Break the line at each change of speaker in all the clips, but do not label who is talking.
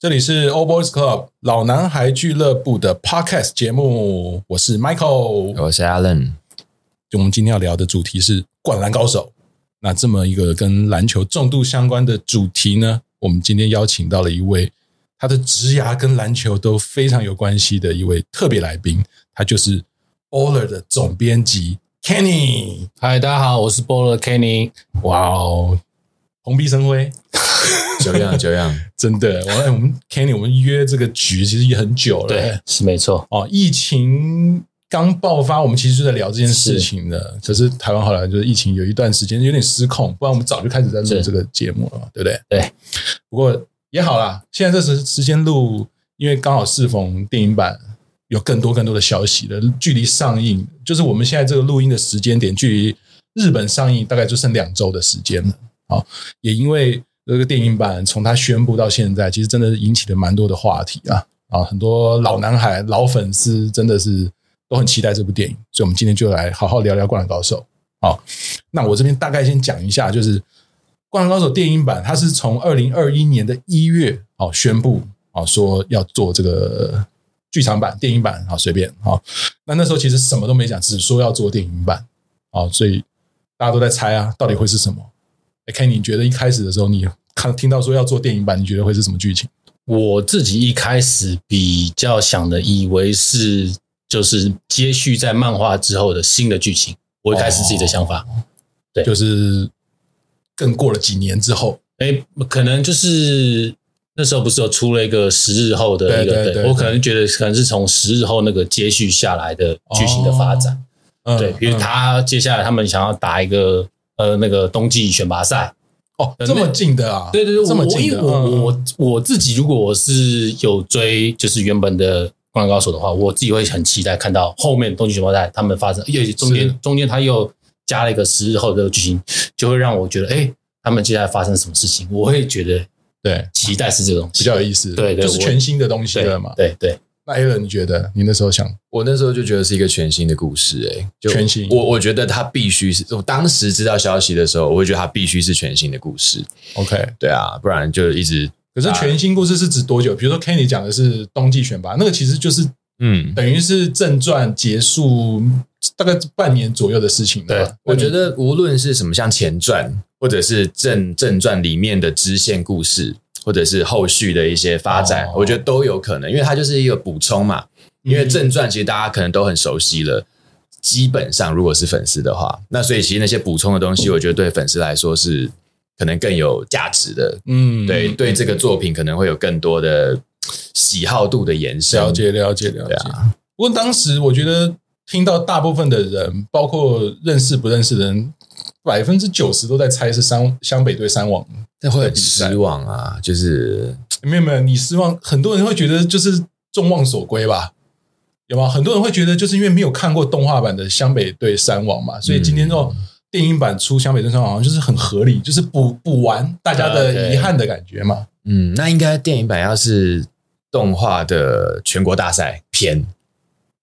这里是 Old Boys Club 老男孩俱乐部的 Podcast 节目，我是 Michael。
我是 Alan，
我们今天要聊的主题是《灌篮高手》。那这么一个跟篮球重度相关的主题呢，我们今天邀请到了一位他的职涯跟篮球都非常有关系的一位特别来宾，他就是 Baller 的总编辑 Kenny。
嗨，大家好，我是 Baller Kenny。
哇哦，蓬荜生辉，
久仰 久仰，
真的！我我们 Kenny，我们约这个局其实也很久了。
对，是没错。
哦，疫情刚爆发，我们其实就在聊这件事情的。可是台湾后来就是疫情有一段时间有点失控，不然我们早就开始在录
是
这个节目了嘛，对不对？
对。
不过也好啦，现在这时时间录，因为刚好适逢电影版有更多更多的消息了，距离上映就是我们现在这个录音的时间点，距离日本上映大概就剩两周的时间了。好，也因为这个电影版从它宣布到现在，其实真的引起了蛮多的话题啊啊，很多老男孩、老粉丝真的是都很期待这部电影，所以我们今天就来好好聊聊《灌篮高手》。好，那我这边大概先讲一下，就是《灌篮高手》电影版，它是从二零二一年的一月哦宣布哦说要做这个剧场版、电影版啊、哦随便啊、哦。那那时候其实什么都没讲，只说要做电影版啊、哦，所以大家都在猜啊，到底会是什么？哎，K，你觉得一开始的时候，你看听到说要做电影版，你觉得会是什么剧情？
我自己一开始比较想的，以为是就是接续在漫画之后的新的剧情。我一开始自己的想法，对
就是更过了几年之后，
哎、可能就是那时候不是有出了一个十日后的一个，
对对对
我
对
可能觉得可能是从十日后那个接续下来的剧情的发展。
嗯
对，比如
嗯
他接下来他们想要打一个呃那个冬季选拔赛，
哦，这么近的啊，
呃对对对，
这么
我
近
因为
的，
我
嗯
我我自己如果我是有追就是原本的《灌篮高手》的话，我自己会很期待看到后面东京选拔赛他们发生，因为中
是
间中间他又加了一个十日后的剧情，就会让我觉得哎、诶他们接下来发生什么事情，我会觉得
对
期待是这个东西，
比较有意思，
对对
就是
我
全新的东西了嘛。
对对
那 a l n 你觉得你那时候想
我那时候就觉得是一个全新的故事、欸，哎，就
全新
我我觉得它必须是我当时知道消息的时候，我会觉得它必须是全新的故事，
OK？
对啊，不然就一直
可是全新故事是指多久？比如说 Kenny 讲的是冬季选拔，那个其实就是
嗯，
等于是正传结束大概半年左右的事情了吧。
我觉
得
得无论是什么像前传，或者是正正传里面的支线故事，或者是后续的一些发展，
哦嗯
我觉得都有可能，因为它就是一个补充嘛。因为正传其实大家可能都很熟悉了，基本上如果是粉丝的话，那所以其实那些补充的东西，我觉得对粉丝来说是可能更有价值的。
嗯，
对，对这个作品可能会有更多的喜好度的延伸。
了解了解了
嗯对啊
解。不过当时我觉得听到大部分的人，包括认识不认识的人，百分之九十都在猜是三湘北对三王。
但会很
比赛
失望啊，就是
没有没有，你失望，很多人会觉得就是众望所归吧。有吗？很多人会觉得，就是因为没有看过动画版的湘北对三王嘛，所以今天这种
嗯
电影版出湘北对三王，好像就是很合理，就是补补完大家的
啊
OK
遗憾的感觉嘛。
嗯，那应该电影版要是动画的全国大赛片，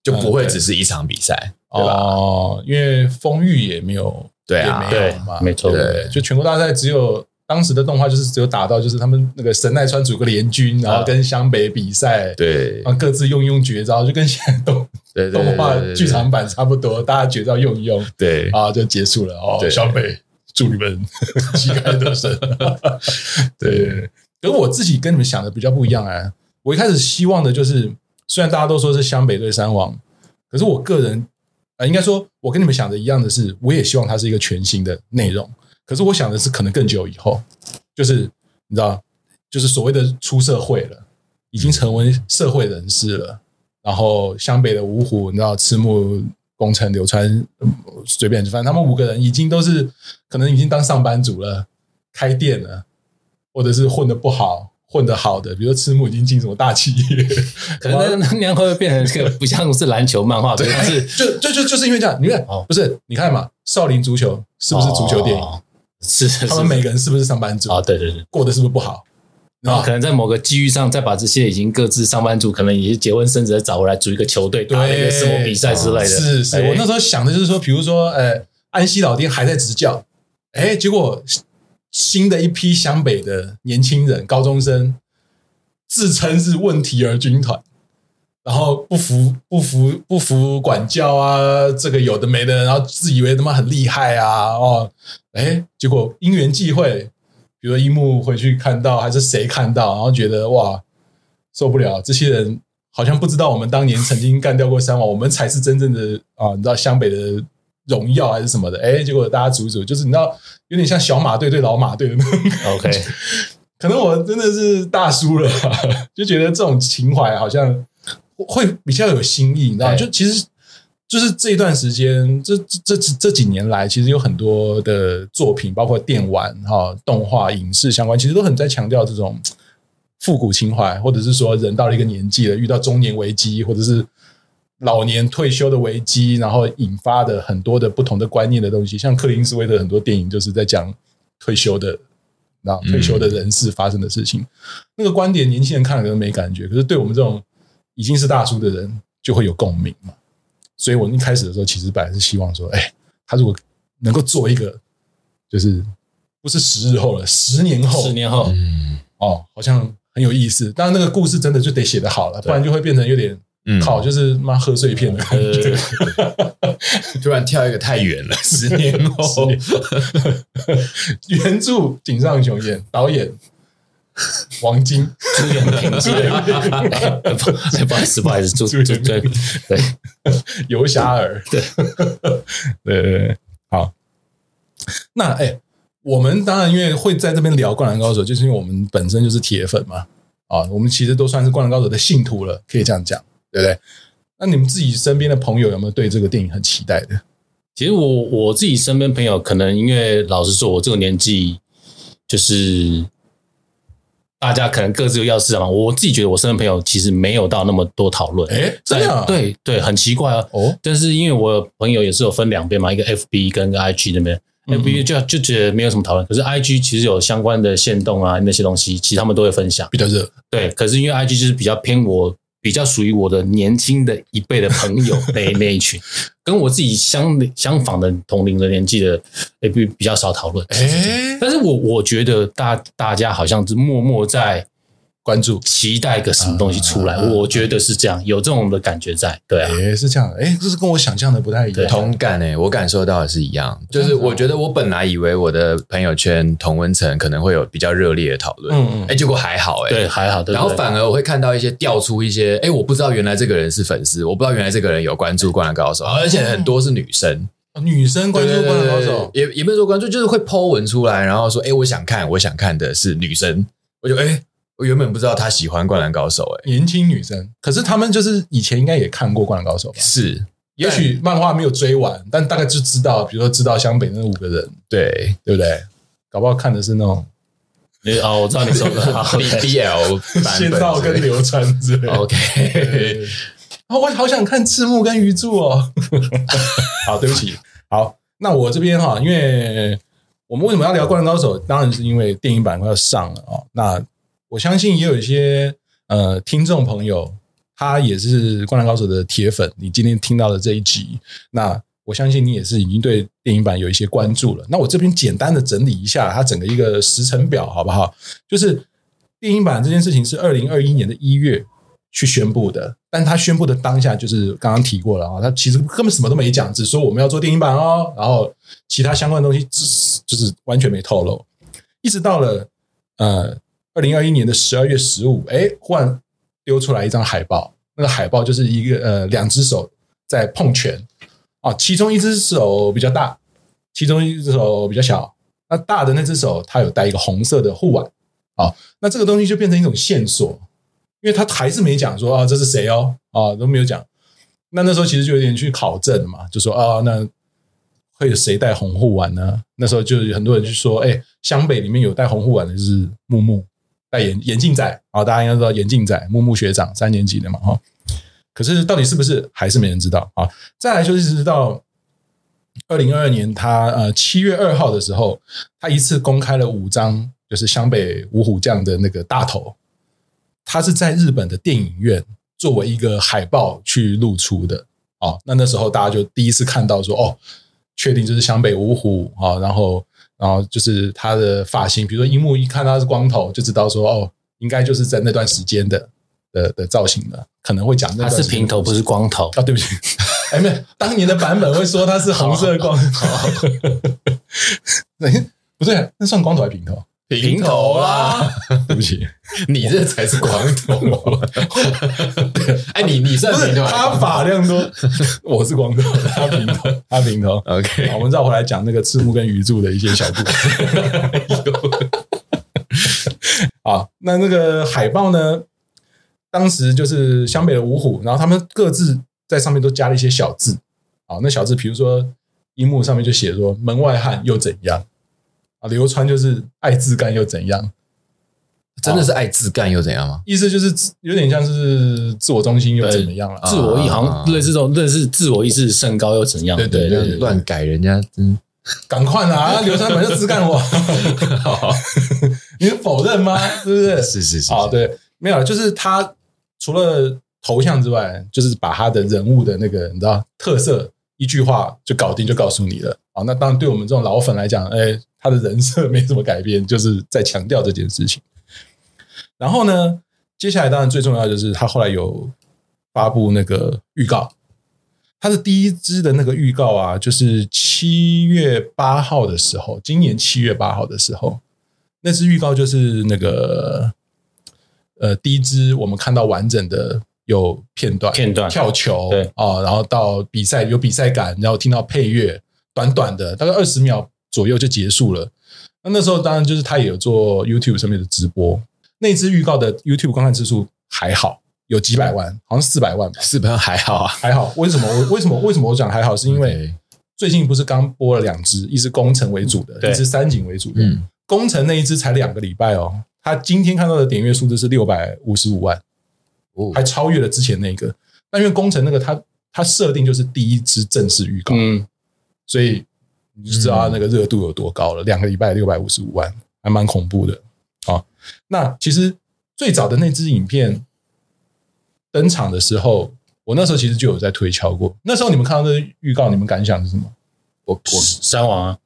就不
嗯
会
对
只是一场比赛，对吧？
哦，因为丰裕也没有，
对啊
也没
对
有嘛，，
没错，
对
对，就全国大赛只有当时的动画就是只有打到就是他们那个神奈川组个联军，然后跟湘北比赛，
啊对
然后各自用一用绝招，就跟现在动
对对
动
对
画
对对
剧场版差不多，大家绝招用一用
对
啊就结束了哦。
对
湘北祝你们 旗开得 胜。对，可是我自己跟你们想的比较不一样哎、我一开始希望的就是，虽然大家都说是湘北对山王，可是我个人啊、呃应该说我跟你们想的一样的是，我也希望它是一个全新的内容。可是我想的是，可能更久以后，就是你知道，就是所谓的出社会了，已
嗯
经成为社会人士了。然后湘北的五虎，你知道赤木、宫城、柳川，嗯随便反正他们五个人已经都是可能已经当上班族了，开店了，或者是混的不好。混的好的，比如说赤木已经进什么大企业，
可能那那样会变成一个不 像是篮球漫画，可能是
就就就 就是因为这样，你看，
哦
不是你看嘛，少林足球是不是足球电影？
哦是是
他
是
们每个人是不是上班族？
啊，对对对。
过得是不是不好？
然后
啊
哦可能在某个机遇上，再把这些已经各自上班族，可能也是结婚生子的找回来组一个球队，打一个什么比赛之类的。
是是，
哎
我那时候想的就是说，比如说，呃，安西老爹还在执教，哎，结果新的一批湘北的年轻人、高中生，自称是问题儿军团，然后不服不服不服管教啊，这个有的没的，然后自以为他妈很厉害啊，哦，哎，结果因缘际会，比如说樱木回去看到还是谁看到，然后觉得哇受不了，这些人好像不知道我们当年曾经干掉过三王，我们才是真正的啊，你知道湘北的。荣耀还是什么的，哎，结果大家组一组，就是你知道，有点像小马队对老马队的那种感觉
OK，
可能我真的是大叔了吧，就觉得这种情怀好像会比较有新意，你知道吗？
对
就其实就是这一段时间，这这这这几年来，其实有很多的作品，包括电玩、哈、动画、影视相关，其实都很在强调这种复古情怀，或者是说人到了一个年纪了，遇到中年危机，或者是老年退休的危机，然后引发的很多的不同的观念的东西，像克林斯威的很多电影就是在讲退休的。那退休的人士发生的事情，那个观点年轻人看了可能没感觉，可是对我们这种已经是大叔的人就会有共鸣嘛。所以我一开始的时候，其实本来是希望说，哎，他如果能够做一个，就是不是十日后了，十年后，
十年后，
嗯
哦，好像很有意思。当然，那个故事真的就得写得好了，不然就会变成有点
嗯
靠，就是妈喝碎片的感
呃，
觉。
突然跳一个太远了， 十年
十
后
年原著井上雄彦，导演王晶，
朱元平之类的。哎不哎不好意思，不好意思，朱
朱
朱
元
对
平
对，
游侠儿， 对，对对对，好。那哎、我们当然因为会在这边聊《灌篮高手》，就是因为我们本身就是铁粉嘛，啊，我们其实都算是《灌篮高手》的信徒了，可以这样讲，对不对？那你们自己身边的朋友有没有对这个电影很期待的？
其实我我自己身边朋友，可能因为老实说，我这个年纪，就是大家可能各自有要事啊嘛。我自己觉得，我身边朋友其实没有到那么多讨论。
哎，真的、啊、
在对对，很奇怪啊。
哦，
但是因为我有朋友也是有分两边嘛，一个 FB 跟一个 IG 那边。
嗯
FB 就就觉得没有什么讨论，可是 IG 其实有相关的线动啊那些东西，其实他们都会分享。
比较热，
对，可是因为 IG 就是比较偏我，比较属于我的年轻的一辈的朋 友那那一群，跟我自己相相仿的同龄的年纪的，也比比较少讨论。
哎，
但是我我觉得大大家好像是默默在
关注，
期待个什么东西出来，
啊啊啊啊
我觉得是这样，有这种的感觉在。对啊，
哎，是这样的，哎，这是跟我想象的不太一样，
同感诶、我感受到的是一样，就是我觉得我本来以为我的朋友圈同温层可能会有比较热烈的讨论，哎、
嗯嗯，
结果还好诶、
对，还好。对不对
然后反而我会看到一些调出一些，哎，我不知道原来这个人是粉丝，我不知道原来这个人有关注《灌篮高手》，而且很多是女生
哎女生关注《
对对对
灌篮高
对
手》，
也也不是说关注，就是会 Po 文出来，然后说，哎，我想看，我想看的是女生，我就哎，我原本不知道她喜欢《灌篮高手》，哎，
年轻女生，可是她们就是以前应该也看过《灌篮高手》吧？
是，
也许漫画没有追完，但大概就知道，比如说知道湘北那五个人，
对
对不对？搞不好看的是那种
你哦，我知道你说的， 好
B B L 版
仙
本
道
之
跟
类的
流川之类的。
，OK，
啊，我好想看赤木跟鱼柱哦。 好，对不起。好，那我这边哈，因为我们为什么要聊《灌篮高手》，当然是因为电影版快要上了哦。那我相信也有一些呃听众朋友，他也是《灌篮高手》的铁粉。你今天听到的这一集，那我相信你也是已经对电影版有一些关注了。那我这边简单的整理一下它整个一个时程表，好不好？就是电影版这件事情是二零二一年的一月去宣布的，但他宣布的当下就是刚刚提过了啊，他其实根本什么都没讲，只说我们要做电影版哦，然后其他相关的东西只就是完全没透露，一直到了呃二零二一年的十二月十五，哎，忽然丢出来一张海报，那个海报就是一个呃两只手在碰拳啊，其中一只手比较大，其中一只手比较小，那大的那只手它有带一个红色的护腕。啊那这个东西就变成一种线索，因为他还是没讲说啊这是谁哦啊都没有讲。那那时候其实就有点去考证了嘛，就说啊那会有谁戴红护腕呢？那时候就有很多人去说，哎、湘北里面有戴红护腕的就是木木，戴眼眼镜仔啊，大家应该知道眼镜仔木木学长三年级的嘛哈、可是到底是不是还是没人知道啊？再来就是直到二零二二年他呃七月二号的时候，他一次公开了五张，就是湘北五虎将的那个大头，他是在日本的电影院作为一个海报去露出的哦。那那时候大家就第一次看到说，哦，确定就是湘北五虎啊、哦，然后然后就是他的发型，比如说樱木一看他是光头，就知道说哦，应该就是在那段时间的的的造型了，可能会讲那
他
段时
是
间
平头，不是光头。
啊，对不起，哎，没有，当年的版本会说它是红色 光头，哎不对，那算光头还 啊是平头？啊
平头啦，
对不起，
你这才是光 头。哎，你你算
不
平
是
头还是
他
光头
发量多， 我是光头，他平头， 他平头。
？OK，
好，我们绕回来讲那个赤木跟鱼柱的一些小故 事。啊，那那个海报呢？当时就是湘北的五虎，然后他们各自在上面都加了一些小字。啊，那小字，比如说樱木上面就写说“门外汉又怎样”，啊，流川就是爱自干又怎样，
真的是爱自干又怎样吗？
意思就是自有点像是自我中心又怎么样了。
啊
自我意好像类似这种，类似自我意识甚高又怎
哦
样？
对对
对
对对
乱改人家，嗯，
赶快啦，流川本来就自干我， 你否认吗？是不是？
是是是
哦，，对，没有，就是他除了头像之外，就是把他的人物的那个你知道特色，一句话就搞定，就告诉你了。啊、那当然对我们这种老粉来讲，哎，他的人设没什么改变，就是在强调这件事情。然后呢，接下来当然最重要的就是他后来有发布那个预告，他的第一支的那个预告啊，就是七月八号的时候，今年七月八号的时候，那支预告就是那个呃，第一支我们看到完整的有片段，
片段
跳球，
对
哦，然后到比赛有比赛感，然后听到配乐，短短的大概二十秒左右就结束了。那那时候当然就是他也有做 YouTube 上面的直播，那支预告的 YouTube 观看次数还好，有几百万，好像四百万吧，
四本还好啊，
还好。为什 么？我为什么？为什么我讲还好？是因为最近不是刚播了两支，一支工程为主的，
对
一支三井为主的。
嗯，
工程那一支才两个礼拜哦，他今天看到的点阅数字是六百五十五万，
哦
还超越了之前那个。但因为工程那个它它设定就是第一支正式预告，
嗯，
所以你就知道它那个热度有多高了。两个礼拜六百五十五万，还蛮恐怖的啊。那其实最早的那支影片登场的时候，我那时候其实就有在推敲过。那时候你们看到这预告，你们感想是什么？
我我
山王啊，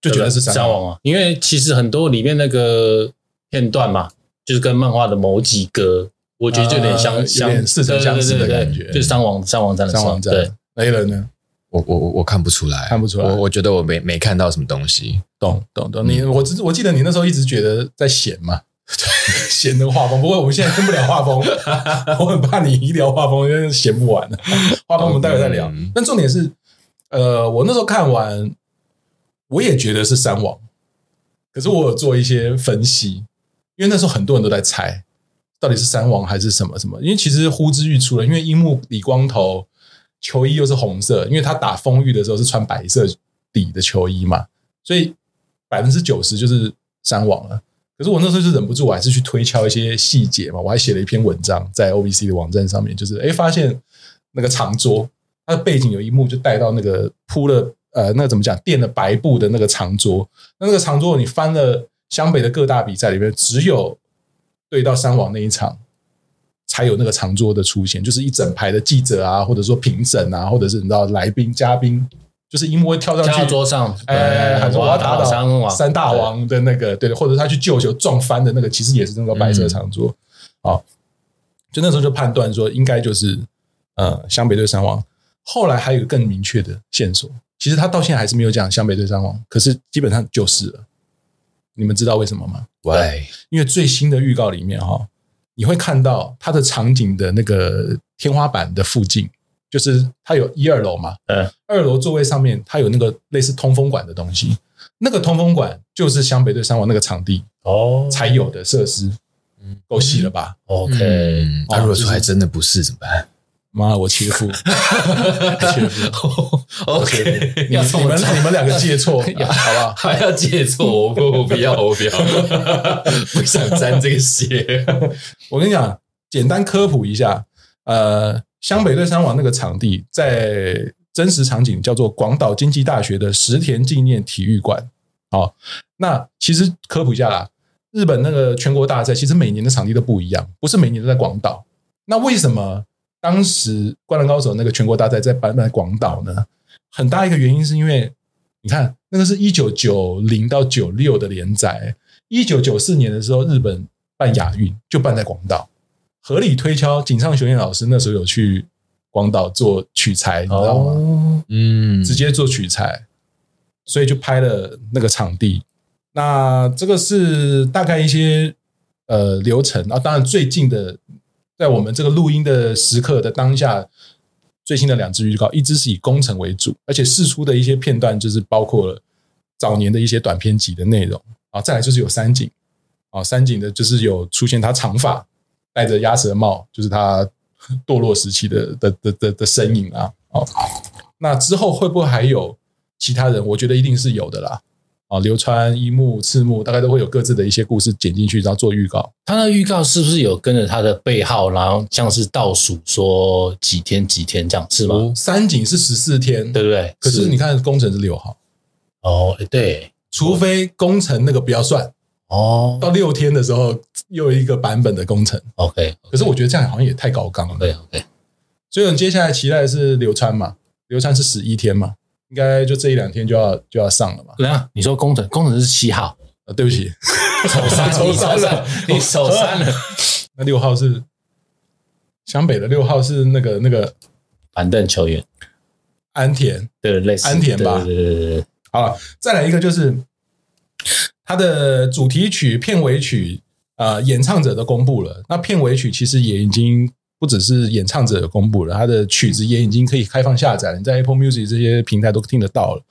就觉得是
山
三
王啊，因为其实很多里面那个片段嘛，就是跟漫画的某几个，我觉得就有
呃
点
有
相
点
相
似曾相识的
对对对对
感觉
就是山王山王战的时
三
候
王战
对，
，A 人呢？
我我我我看不出来，
看不出来
我我觉得我没没看到什么东西，
懂懂懂，你我只我记得你那时候一直觉得在闲嘛，闲的画风。不过我们现在跟不了画风， 我很怕你一聊画风，真是闲不完。画风我们待会再聊
嗯。
但重点是，呃，我那时候看完，我也觉得是三王，可是我有做一些分析，因为那时候很多人都在猜到底是三王还是什么什么，因为其实呼之欲出了，因为樱木李光头球衣又是红色，因为他打风玉的时候是穿白色底的球衣嘛，所以百分之九十就是三网了。可是我那时候就忍不住，我还是去推敲一些细节嘛，我还写了一篇文章在 OBC 的网站上面，就是哎发现那个长桌，它的背景有一幕就带到那个铺了呃那个怎么讲垫了白布的那个长桌，那那个长桌你翻了湘北的各大比赛里面，只有对到三网那一场。才有那个长桌的出现，就是一整排的记者啊，或者说评审啊，或者是你知道来宾嘉宾，就是樱木会跳上
加到
去，
桌上，
哎，还
对
说我要打倒
山王哎
三大王的那个，对，或者他去救球撞翻的那个，其实也是那个白色长桌。好，就那时候就判断说，应该就是呃湘北对山王。后来还有更明确的线索，其实他到现在还是没有讲湘北对山王，可是基本上就是了。你们知道为什么吗？
喂，
因为最新的预告里面哈、你会看到它的场景的那个天花板的附近，就是它有一二楼嘛，
嗯，
二楼座位上面它有那个类似通风管的东西，那个通风管就是湘北对山王那个场地
哦
才有的设施，够细了吧？
OK，
嗯
哦
那如果说还真的不是怎么 办
妈，我切腹，切腹！
哦？OK，
你们你们你们两个借错，好不好？
还要借错，我不我不要，我不要， 不想沾这个血。
我跟你讲，简单科普一下，呃，湘北对山王那个场地在真实场景叫做广岛经济大学的石田纪念体育馆。好，那其实科普一下啦，日本那个全国大赛其实每年的场地都不一样，不是每年都在广岛。那为什么当时《灌篮高手》那个全国大赛在搬在广岛呢？很大一个原因是因为，你看那个是一九九零到九六的连载，一九九四年的时候，日本办亚运，就办在广岛。合理推敲，井上雄彦老师那时候有去广岛做取材，你知道吗？
哦，
嗯，
直接做取材，所以就拍了那个场地。那这个是大概一些呃流程啊，当然最近的，在我们这个录音的时刻的当下，最新的两支预告，一支是以工程为主，而且试出的一些片段就是包括了早年的一些短片集的内容啊，再来就是有三井啊，三井的就是有出现他长发，戴着鸭舌帽，就是他堕落时期的的的的的身影啊，哦。那之后会不会还有其他人？我觉得一定是有的啦。啊，流川、一木、赤木，大概都会有各自的一些故事剪进去，然后做预告。
他那预告是不是有跟着他的背号，然后像是倒数说几天几天这样是吗？
三井是十四天，
哦对不对？
哦可是你看工程是六号，
哦，诶对，
除非工程那个不要算，
哦
到六天的时候又有一个版本的工程。
，OK
可是我觉得这样好像也太高纲了。
OK OK，
所以我们接下来期待的是流川嘛，流川是十一天嘛，应该就这一两天就要就要上了嘛。
然后你说工程工程是七号，
呃，对不起，
手
删
你手删，你手删了，
那六号是湘北的六号是那个那个
板凳球员，
安田。
对，类似
安田吧
对对对对对对，
好了，再来一个就是它的主题曲、片尾曲，呃，演唱者都公布了。那片尾曲其实也已经不只是演唱者有公布了，它的曲子也已经可以开放下载了，你在 Apple Music 这些平台都听得到了，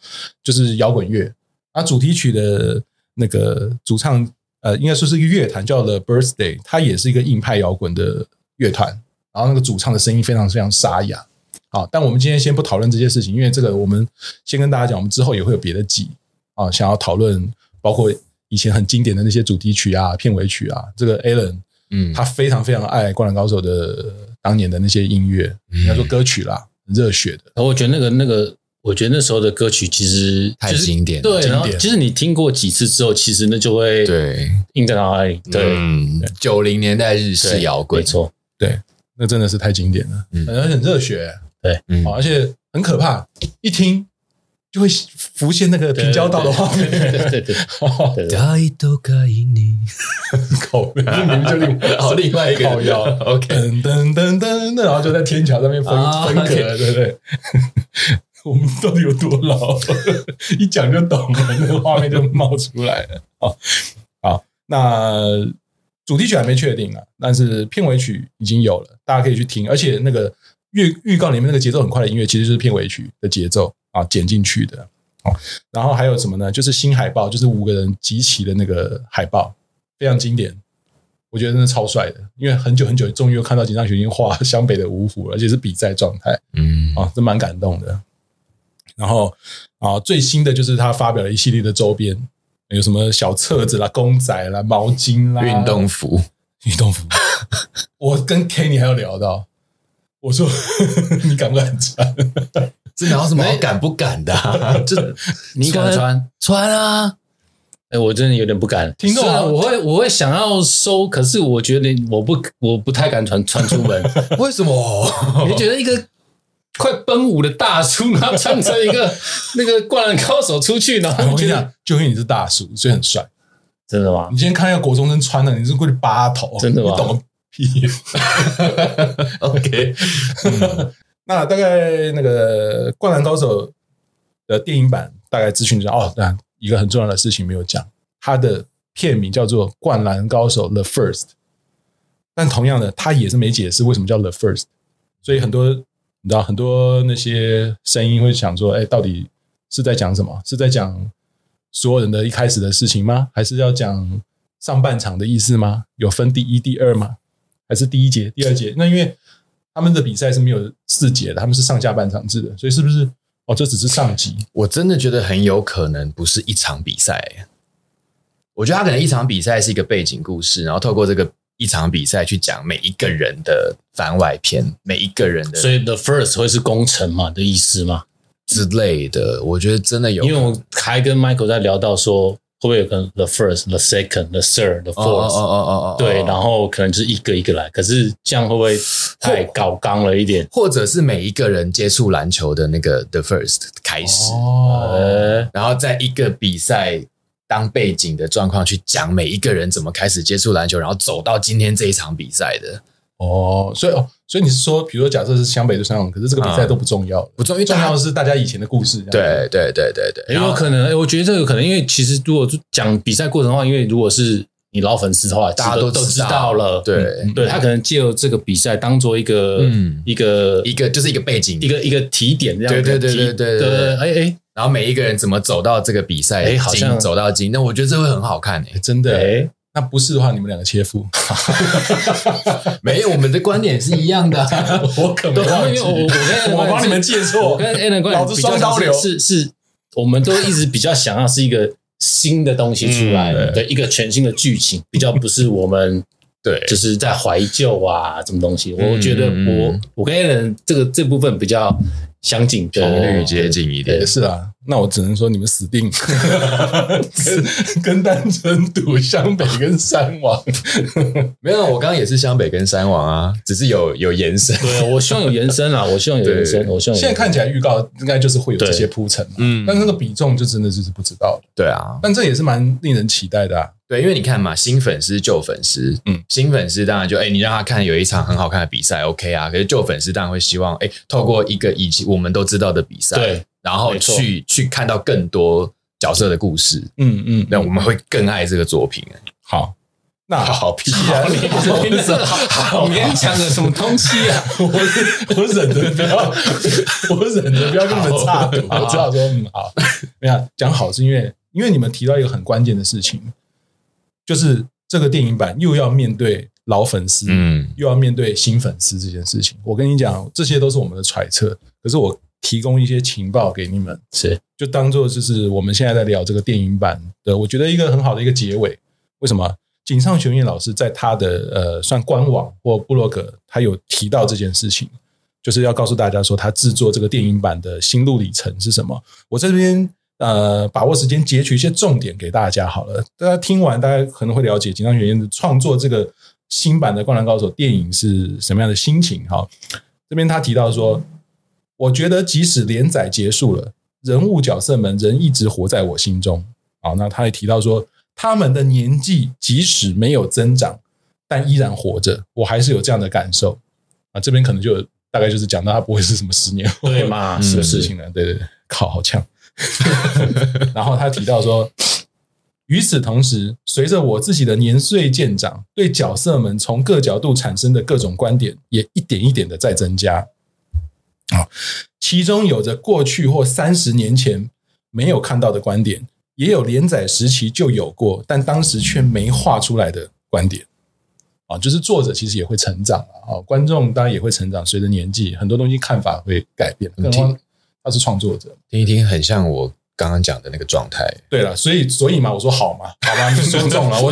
就是摇滚乐。那主题曲的那个主唱，呃，应该说是一个乐团叫 The Birthday，它也是一个硬派摇滚的乐团。然后那个主唱的声音非常非常沙哑，好，但我们今天先不讨论这些事情，因为这个我们先跟大家讲，我们之后也会有别的集啊，想要讨论包括以前很经典的那些主题曲啊、片尾曲啊。这个 Alan
嗯，
他非常非常爱《灌篮高手》的当年的那些音乐，应该说歌曲啦，很热血的。
我觉得那个那个，我觉得那时候的歌曲其实
太
就是
经典了
对，
经典
然后其实你听过几次之后，其实那就会
对
印在脑海里，对，
嗯，九零年代日
对
式摇
没
滚，
错，
那真的是太经典了，
嗯
而且很热血、
嗯
哦，而且很可怕，一听就会浮现那个 平交道的画面。
对对对对，对对
大一都可以你，
口明明就另外
哦另外一 个
靠腰
OK
噔噔噔噔噔，然后就在天桥上面分
啊
分隔，
OK
对不对？ 我们到底有多老？ 一讲就懂了，那个画面就冒出来了。 好，好，那主题曲还没确定啊，但是片尾曲已经有了，大家可以去听。而且那个预预告里面那个节奏很快的音乐，其实就是片尾曲的节奏啊，剪进去的。哦，然后还有什么呢？就是新海报，就是五个人集齐的那个海报，非常经典。我觉得真的超帅的，因为很久很久终于又看到井上雄彦画 湘北的五虎了，而且是比赛状态
嗯
啊，真蛮感动的。然后啊，最新的就是他发表了一系列的周边，有什么小册子啦、公仔啦、毛巾啦、
运动服，
运动服。我跟 Kenny 还有聊到，我说 你敢不敢穿？
这哪有什么好敢不敢的啊？这
你敢穿？
穿啊，
哎，我真的有点不敢。
听众啊
虽然我会我会想要收，可是我觉得我不我不太敢穿穿出 门。
为什么？
你就觉得一个快奔五的大叔，然后穿着一个那个灌篮高手出去，然后
我
就
跟
觉
你
得
讲，就因为你是大叔，所以很帅。
真的吗
你？今天看一个国中生穿的，你是过去扒头，
真的吗
你懂个屁！
OK，
那大概那个《灌篮高手》的电影版大概资讯上哦，那一个很重要的事情没有讲，它的片名叫做《灌篮高手 The First》，但同样的，它也是没解释为什么叫 The First，所以很多你知道很多那些声音会想说，哎，到底是在讲什么？是在讲所有人的一开始的事情吗？还是要讲上半场的意思吗？有分第一、第二吗？还是第一节、第二节？那因为他们的比赛是没有四节的，他们是上下半场制的，所以是不是？哦，这只是上集，
我真的觉得很有可能不是一场比赛。我觉得他可能一场比赛是一个背景故事，然后透过这个一场比赛去讲每一个人的番外篇，每一个人的
所以 the first 会是工程嘛的意思嘛？
之类的。我觉得真的有可
因为
能，
我还跟 Michael 在聊到说，会不会有可能 the first、the second、the third、the
哦哦哦
fourth？
哦哦哦，
对，然后可能就是一个一个来，可是这样会不会太搞纲了一点？
或者是每一个人接触哦篮球的那个 the first 开始，
哦，
呃，
然后在一个比赛当背景的状况去讲每一个人怎么开始接触篮球，然后走到今天这一场比赛的。
哦，所以哦，所以你是说，比如说，假设是湘北对三勇，可是这个比赛都不重要了，
不重要因为大
重
家
要的是大家以前的故事。这样子，
对对对对对，
也有可能，诶我觉得这个可能，因为其实如果就讲比赛过程的话，因为如果是你老粉丝的话，
大家
其实
都
都
知
知
道
道了，嗯
对、
对他可能借由这个比赛当做一个
嗯
一个
一个就是一个背景，
一个一个提点这样
对对
子，
对
提
对对对
对，哎哎
然后每一个人怎么走到这个比赛，
哎好像
进走到今，那我觉得这会很好看诶、
哎真的。
对，
那不是的话，你们两个切腹，
没有，我们的观点是一样的啊、
我可没
对
忘
因
记
为 我我跟
我帮你们借
我
错。
跟 a l a n 关
老子双刀流
是是，我们都一直比较想要是一个新的东西出来，
嗯
对一个全新的剧情，比较不是我们
对
就是在怀旧啊，什么东西？
嗯
我觉得
嗯
我
嗯
我跟 a l a n 这个这部分比较相近，
频率
对
接近一点
也。是啊，那我只能说你们死定了，跟跟单纯赌湘北跟三王，
没有，我刚刚也是湘北跟山王啊，只是有有延伸。
对，我希望有延伸啦，我希望有延伸，
对
我希望有
现在看起来预告应该就是会有这些铺陈嘛，
嗯
但是那个比重就真的就是不知道了。
对啊，
但这也是蛮令人期待的啊。
对，因为你看嘛，新粉丝旧粉丝，
嗯
嗯，新粉丝当然就哎、你让他看有一场很好看的比赛，OK 啊。可是旧粉丝当然会希望哎、透过一个以前我们都知道的比赛，，
对
然后
没错
去去看到更多角色的故事，
嗯嗯，
那我们会更爱这个作品。
好，那
好屁
既然
好勉强的什么东西啊？
我我忍着不要，我忍着不要跟你们
啊
插嘴，
好
我只好说嗯好。没有讲好是因为，因为你们提到一个很关键的事情，就是这个电影版又要面对老粉丝，
嗯，
又要面对新粉丝这件事情。我跟你讲，这些都是我们的揣测，可是我提供一些情报给你们，
是
就当做就是我们现在在聊这个电影版的，我觉得一个很好的一个结尾。为什么？井上雄彦老师在他的呃算官网或部落格，他有提到这件事情，就是要告诉大家说他制作这个电影版的心路里程是什么。我这边呃把握时间截取一些重点给大家好了，大家听完大家可能会了解井上雄彦的创作这个新版的《灌篮高手》电影是什么样的心情哈。这边他提到说，我觉得即使连载结束了，人物角色们仍一直活在我心中。好，那他也提到说，他们的年纪即使没有增长，但依然活着，我还是有这样的感受。啊，这边可能就有大概就是讲到他不会是什么十年后
对 嘛？
的
是
事
是
情嗯了。对对对，靠，好呛。 然后他提到说，与此同时，随着我自己的年岁渐长，对角色们从各角度产生的各种观点也一点一点的在增加。啊，其中有着过去或三十年前没有看到的观点，也有连载时期就有过，但当时却没画出来的观点。啊，就是作者其实也会成长啊，观众当然也会成长，随着年纪，很多东西看法会改变。更何况他是创作者，
听一听很像我刚刚讲的那个状态。
对了，所以所以嘛，我说好嘛，好吧，你说中了，我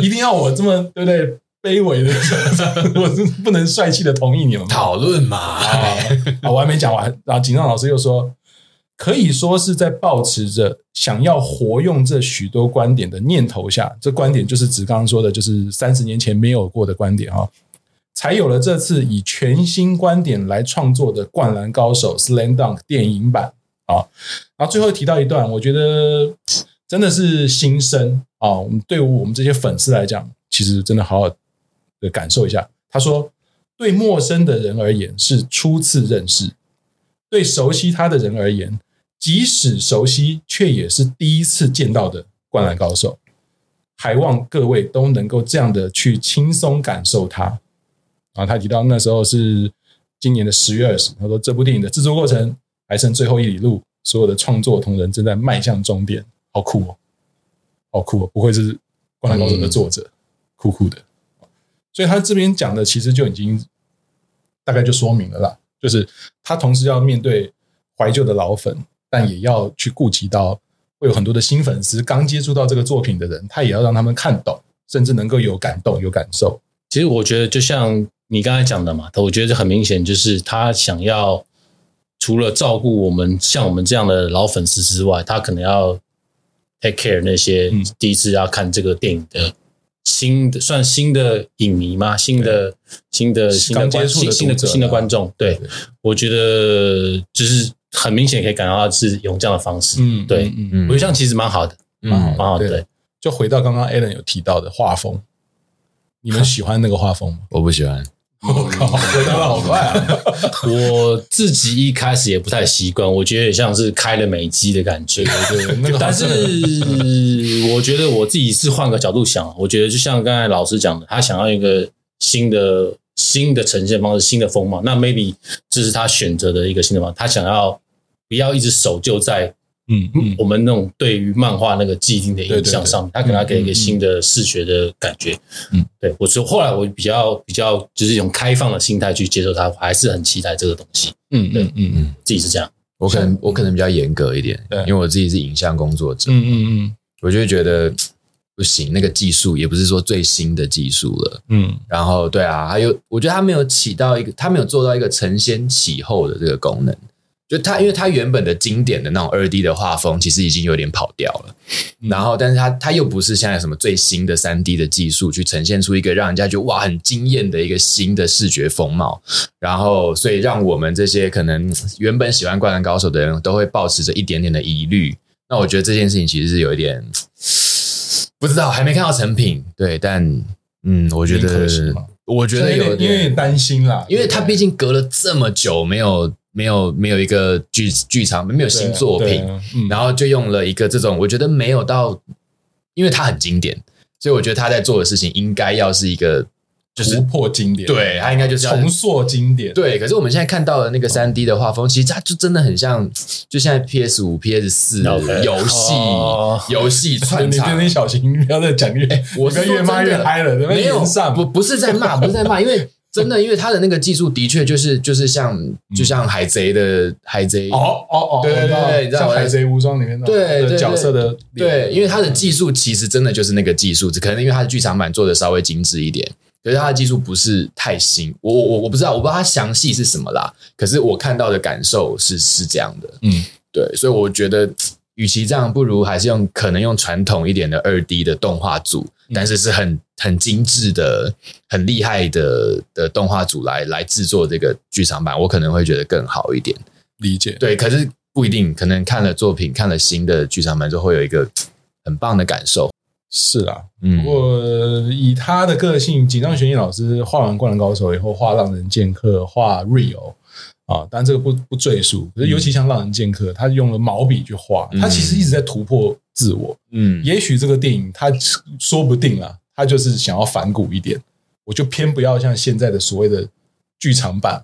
一定要我这么对不对？卑微的， 我是不能帅气的同意你们嘛。
讨论嘛，
啊，啊我还没讲完。然后锦上老师又说，可以说是在保持着想要活用这许多观点的念头下，这观点就是指刚刚说的，就是三十年前没有过的观点啊、哦，才有了这次以全新观点来创作的《灌篮高手》（Slam Dunk） 电影版啊、然后最后提到一段，我觉得真的是心声啊、我们对于我们这些粉丝来讲，其实真的好好的感受一下。他说。对陌生的人而言是初次认识，对熟悉他的人而言，即使熟悉，却也是第一次见到的灌篮高手。还望各位都能够这样的去轻松感受它。然后他提到那时候是今年的十月二十，他说这部电影的制作过程还剩最后一里路，所有的创作同仁正在迈向终点，好酷哦，好酷哦，不愧是《灌篮高手》的作者，酷酷的。所以他这边讲的其实就已经大概就说明了啦，就是他同时要面对怀旧的老粉，但也要去顾及到会有很多的新粉丝刚接触到这个作品的人，他也要让他们看懂，甚至能够有感动、有感受。
其实我觉得，就像你刚才讲的嘛，我觉得很明显，就是他想要除了照顾我们像我们这样的老粉丝之外，他可能要 take care 那些
嗯
第一次要看这个电影的新的，算新的影迷吗？新的新的新的
刚
观
接触的
新新
读者
的
啊
新的观众，对我觉得就是很明显可以感到他是用这样的方式，
嗯
对，
嗯
嗯
我觉得这样其实蛮好的。
蛮好
蛮好
的。
对，
就回到刚刚 Alan 有提到的画风，你们喜欢那个画 风吗？
我不喜欢。
我靠，回答的好快啊！
我自己一开始也不太习惯，我觉得也像是开了美机的感觉。
对 对，那个
但
好像
是
真的
我觉得我自己是换个角度想，我觉得就像刚才老师讲的，他想要一个新的新的呈现方式、新的风貌，那 maybe 这是他选择的一个新的方式，他想要不要一直守旧在
嗯嗯，
我们那种对于漫画那个既定的印象上面，他可能要给一个新的视觉的感觉。
嗯，
对我说后来我比较比较就是一种开放的心态去接受它，我还是很期待这个东西，
嗯嗯嗯嗯
自己是这样。
我可能我可能比较严格一点
对，
因为我自己是影像工作者，
嗯嗯
我就会觉得不行，那个技术也不是说最新的技术了。
嗯
然后对啊，还有我觉得它没有起到一个，它没有做到一个承先启后的这个功能。就它，因为它原本的经典的那种二 D 的画风，其实已经有点跑掉了。
嗯
然后，但是它它又不是现在什么最新的三 D 的技术去呈现出一个让人家觉得哇很惊艳的一个新的视觉风貌。然后，所以让我们这些可能嗯原本喜欢《灌篮高手》的人都会抱持着一点点的疑虑。那我觉得这件事情其实是有一点 不知道，还没看到成品。对，但嗯，我觉
有点可惜
得
嘛
我觉
嗯，
得有
因为
点，
担心啦，
因为它毕
竟
竟隔了这么久，没有没有没有一个剧剧场，没有新作品，，
啊嗯，
然后就用了一个这种，我觉得没有到，因为它很经典，所以我觉得他在做的事情应该要是一个，就是
突破经典，
对，他应该就是要
重塑经典，
对，可是我们现在看到的那个三 D 的画风，其实它就真的很像，就现在 PS 五、PS 四
OK
游戏
哦
游戏
你
串
你
场
你。小心，你不要再讲越，
哎我
你不
是
要越
说
骂
真
越
的
嗨了，
没有
上
不不是在骂，不是在骂，因为真的，因为他的那个技术的确就是就是像就像海贼的海贼
哦哦哦，
对对对
我
对你知道
像
我在
海贼无双里面那种
对对
的
对
角色的脸，嗯
对，因为它的技术其实真的就是那个技术，只可能因为它的剧场版做的稍微精致一点，可是它的技术不是太新。我我我我不知道，我不知道它详细是什么啦。可是我看到的感受是是这样的，
嗯，
对，所以我觉得，与其这样，不如还是用可能用传统一点的二 D 的动画组，但是是很很精致的、很厉害的的动画组来来制作这个剧场版，我可能会觉得更好一点。
理解，
对，可是不一定，可能看了作品、看了新的剧场版之后，会有一个嘖很棒的感受。
是啦。
嗯
不，过呃以他的个性，井上雄一老师画完《灌篮高手》以后，画《浪人剑客》，画《Rio》啊，当然这个不不赘述。可是尤其像《浪人剑客》，他用了毛笔去画，
嗯
他其实一直在突破自我。
嗯，
也许这个电影，他说不定啊，他就是想要反骨一点，我就偏不要像现在的所谓的剧场版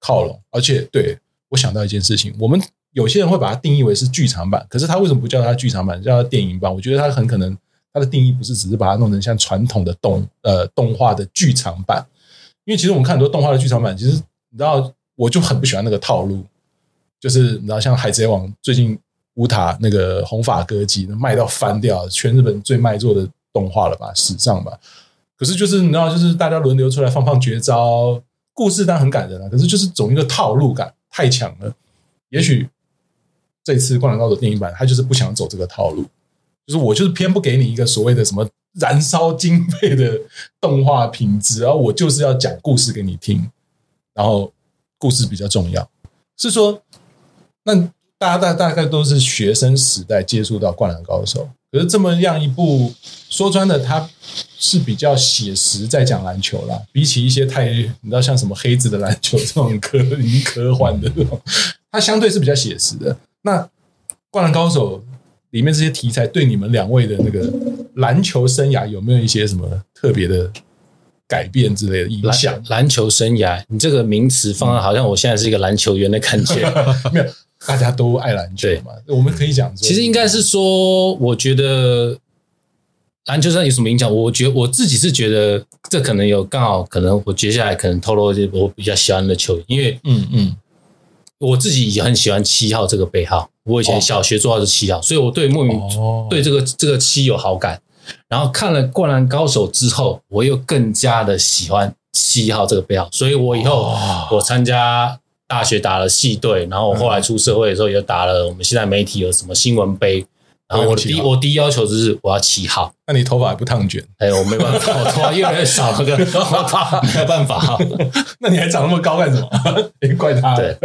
靠拢。而且，对我想到一件事情，我们有些人会把它定义为是剧场版，可是他为什么不叫它剧场版，叫它电影版？我觉得他很可能他的定义不是只是把它弄成像传统的动呃动画的剧场版，因为其实我们看很多动画的剧场版，其实你知道，我就很不喜欢那个套路，就是你知道，像《海贼王》最近乌塔那个红发歌姬卖到翻掉，全日本最卖座的动画了吧，史上吧。可是就是你知道，就是大家轮流出来放放绝招，故事当然很感人了、啊可是就是总一个套路感太强了。也许这次《灌篮高手》电影版，他就是不想走这个套路，就是我就是偏不给你一个所谓的什么燃烧经费的动画品质，然后我就是要讲故事给你听，然后故事比较重要。是说，那大家大大概都是学生时代接触到《灌篮高手》，可是这么样一部说穿了，它是比较写实，在讲篮球啦。比起一些太你知道像什么黑子的篮球这种科已经科幻的这种，它相对是比较写实的。那《灌篮高手》里面这些题材对你们两位的那个篮球生涯有没有一些什么特别的改变之类的影响？
篮篮球生涯，你这个名词放在好像我现在是一个篮球员的感觉。
啊没有，大家都爱篮球嘛，我们可以讲说，
其实应该是说，我觉得篮球上有什么影响？我觉我自己是觉得这可能有刚好可能我接下来可能透露一些我比较喜欢的球员，因为
嗯嗯
我自己也很喜欢七号这个背号，我以前
哦
小学做到是七号，所以我对莫名
哦
对这个这个七有好感。然后看了《灌篮高手》之后，我又更加的喜欢七号这个背号，所以我以后
哦
我参加大学打了系队，然后我后来出社会的时候也打了我们现在媒体有什么新闻杯，然后我的
都用
第
七号
我第一要求就是我要七号，
那你头发也不烫卷，
哎，我没办法，我头发 越来越少了，跟 没有办法。
那你还长那么高干什么？ 也怪他。
对，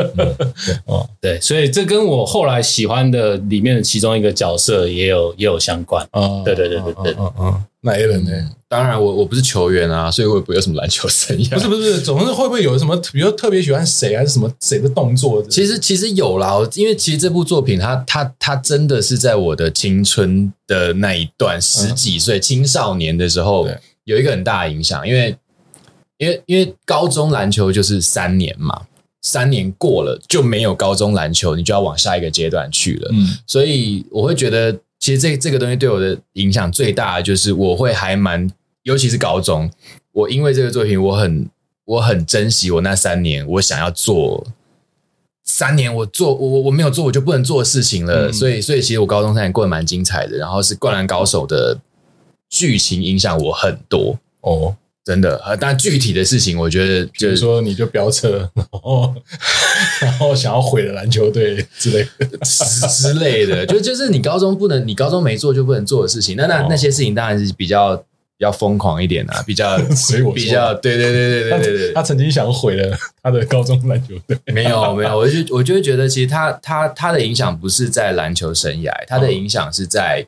哦，
对，所以这跟我后来喜欢的里面的其中一个角色也有也有相关。
啊，
对对对对对
嗯嗯嗯，那 a l a n 呢？
当然我，我不是球员啊，所以我也不会有什么篮球生涯。
不是不是，总是会不会有什么，比如说特别喜欢谁，还是什么谁的动作？
其实其实有啦，我因为其实这部作品它，它它真的是在我的青春的那一段十几岁、青少年的时候
嗯对，
有一个很大的影响，因为因为因为高中篮球就是三年嘛，三年过了就没有高中篮球，你就要往下一个阶段去了。
嗯
所以我会觉得，其实这这个东西对我的影响最大的就是，我会还蛮，尤其是高中，我因为这个作品，我很我很珍惜我那三年，我想要做三年我做我我我没有做我就不能做的事情了，
嗯
所以所以其实我高中三年过得蛮精彩的，然后是《灌篮高手》的剧情影响我很多，
哦，
真的，呃但具体的事情我觉得
比
就
如
是
说你就飙车，然后 然后想要毁了篮球队之类的。
之之类的，就就是你高中不能，你高中没做就不能做的事情。那那
哦
那些事情当然是比较比较疯狂一点啊，比 较
所以我说
比较对对对对对 对
他曾经想毁了他的高中篮球队。
对，没有没有，我就我就会觉得，其实他他他的影响不是在篮球生涯，他的影响是在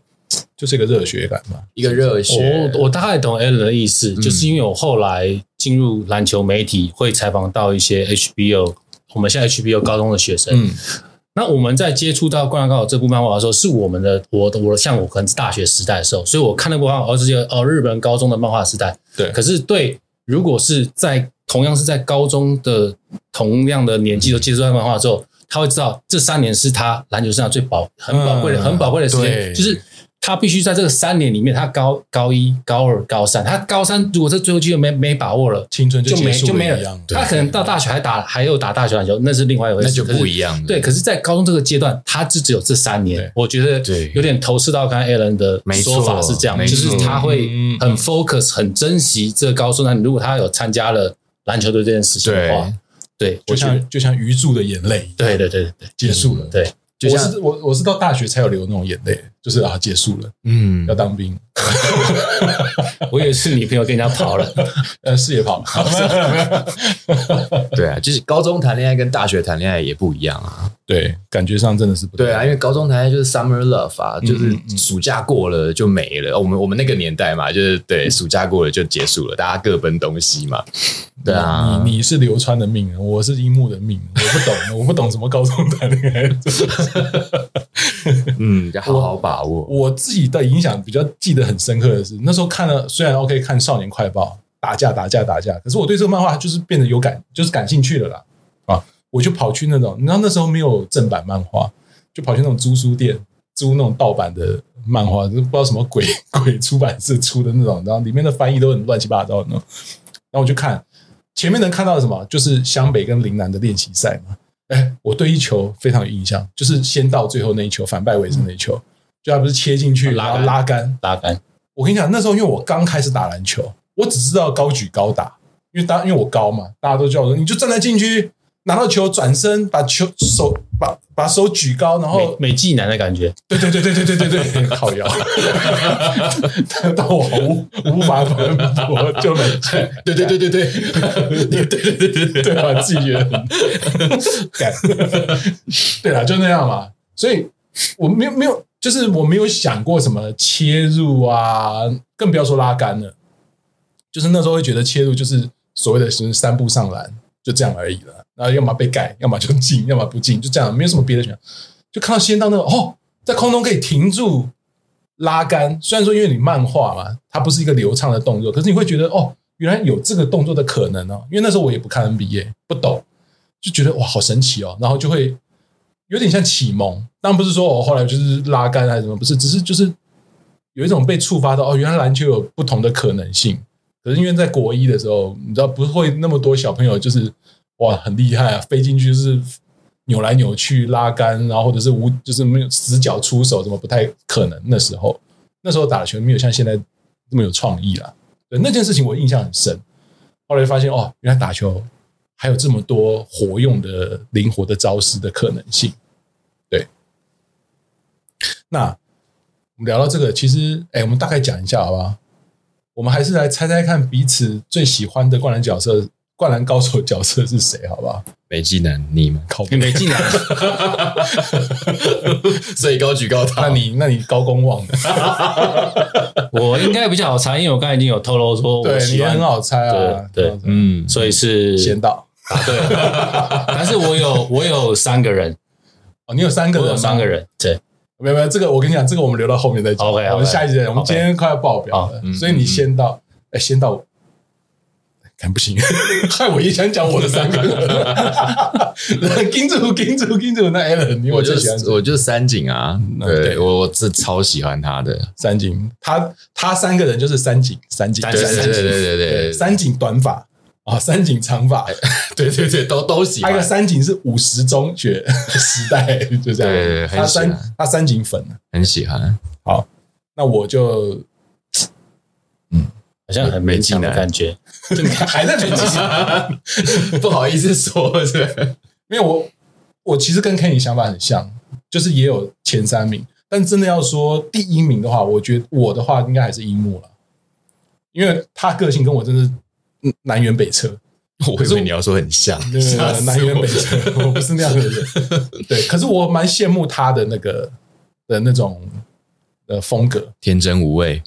就是一个热血感嘛。
一个热血。
我我大概懂 Alan 的意思，
嗯
就是因为我后来进入篮球媒体，会采访到一些 HBO，我们现在 HBO 高中的学生，
嗯
那我们在接触到《灌篮高手》这部漫画的时候，是我们的我的我的像我可能是大学时代的时候，所以我看那部漫画，而且哦日本高中的漫画时代。
对
可是对，如果是在同样是在高中的同样的年纪都接触到漫画之后，他会知道这三年是他篮球生涯最宝很宝贵的、
嗯
很宝贵的时
对
间，就是。他必须在这个三年里面，他高高一、高二、高三，他高三如果这最后机会没没把握了，
青春
就
结
没
束
就没
了一
了
样。。
他可能到大学还打还有打大学篮球，那是另外一回事，
那就
可是
不一样了，
对，可是，在高中这个阶段，他是只有这三
嗯对
年，我觉得
对
有点投射到刚才 Alan 的
没错
说法是这样，
没
就
错
是他会
嗯
很 focus、很珍惜这个高中。那如果他有参加了篮球队这件事情的话，对，
就
我觉得，
像就像鱼柱的眼泪
对对对对对
结束了。
对，
嗯
就
我
像
是我我是到大学才有流那种眼泪，就是啊结束了
嗯
要，当兵，
我以为是女朋友跟人家跑了，
呃视野跑 了，
对啊，就是高中谈恋爱跟大学谈恋爱也不一样啊。
对，感觉上真的是不
对啊，因为高中谈恋爱就是 summer love 啊，就是
嗯嗯
暑假过了就没了。哦我们我们那个年代嘛，就是对，暑假过了就结束了，大家各奔东西嘛。对啊，
你你是流川的命，啊我是樱木的命，我不懂，我不懂什么高中谈恋爱。
嗯，要好好把握。
我自己的影响比较记得很深刻的是，那时候看了，虽然 OK 看《少年快报》打架打架打架，可是我对这个漫画就是变得有感，就是感兴趣了啦。啊，我就跑去那种，你知道那时候没有正版漫画，就跑去那种租书店租那种盗版的漫画，就不知道什么鬼 鬼出版社出的那种，然后里面的翻译都很乱七八糟的那种。然后我就看前面能看到的什么，就是湘北跟陵南的练习赛嘛。哎，我对一球非常有印象，就是先到最后那一球，反败为胜那一球，就他不是切进去，
拉
然
杆
后拉杆。
拉杆，
我跟你讲，那时候因为我刚开始打篮球，我只知道高举高打，因为大因为我高嘛，大家都叫我说你就站在禁区，拿到球转身，把球手把把手举高，然后
美美纪男的感觉，
对对对对对对对对，靠腰， 但我无无法反驳，就没去，
对对对对对，对对对对对。
对吧？自己觉得很干，对啦，就那样嘛。所以我没有没有，就是我没有想过什么切入啊，更不要说拉杆了。就是那时候会觉得切入就是所谓的是三步上篮，就这样而已了。然后要么被盖，要么就进，要么不进，就这样，没有什么别的选项。就看到仙道那个哦，在空中可以停住拉杆，虽然说因为你漫画嘛，它不是一个流畅的动作，可是你会觉得哦，原来有这个动作的可能哦。因为那时候我也不看 NBA，不懂，就觉得哇，好神奇哦，然后就会有点像启蒙。当然不是说我、哦、后来就是拉杆啊还是什么，不是，只是就是有一种被触发到哦，原来篮球有不同的可能性。可是因为在国一的时候，你知道不会那么多小朋友就是哇很厉害啊，飞进去就是扭来扭去拉杆，然后或者是无就是没有死角出手，怎么不太可能？那时候那时候打的球没有像现在这么有创意啦。对那件事情我印象很深，后来发现哦，原来打球还有这么多活用的灵活的招式的可能性。对，那我们聊到这个，其实哎，我们大概讲一下好不好？我们还是来猜猜看彼此最喜欢的灌篮角色、灌篮高手角色是谁，好不好？
没技能，你们
靠
你没进来，
所以高举高哦
那
打。
你那你高公望的，
我应该比较好猜，因为我刚才已经有透露说我
对
喜
你
欢
很，好猜啊，
对对
这样子
嗯，
所以 是
仙道
答对了。但是我有我有三个人，
哦，你有三个
我
人吗，
有三个人，对，
没有没有，这个我跟你讲，这个我们留到后面再讲。
OK，OK，
我们下一集再讲
OK
我们今天快要爆表了
好，嗯
所以你先到，哎，先到，看不 行，害我也想讲我的三个人， 金主金主金主，那 Allen，你
我
我
就
最喜欢谁
我就三井啊，
对
对我我是超喜欢他的，
三井，他他三个人就是三井，三井，
三
对
井
对
三
对对
井，
对对对
三井短发啊，三井长发，
对对对，都都喜
还
欢
有一个。三井是五十中学 时代，就这样，
对对对
他
很喜欢
三他三井粉，啊
很喜欢，
那我就
好像很
没
勉强
进
的
来
感觉。
还在北京。
不好意思说，是吧
因为我我其实跟 Kenny 想法很像，就是也有前三名，但真的要说第一名的话，我觉得我的话应该还是樱木了，因为他个性跟我真是嗯南辕北辙，
我以为你要说很像，
对
吓死
南辕
我
北辙，我不是那样的人。对，可是我蛮羡慕他的那个的那种呃风格，
天真无畏，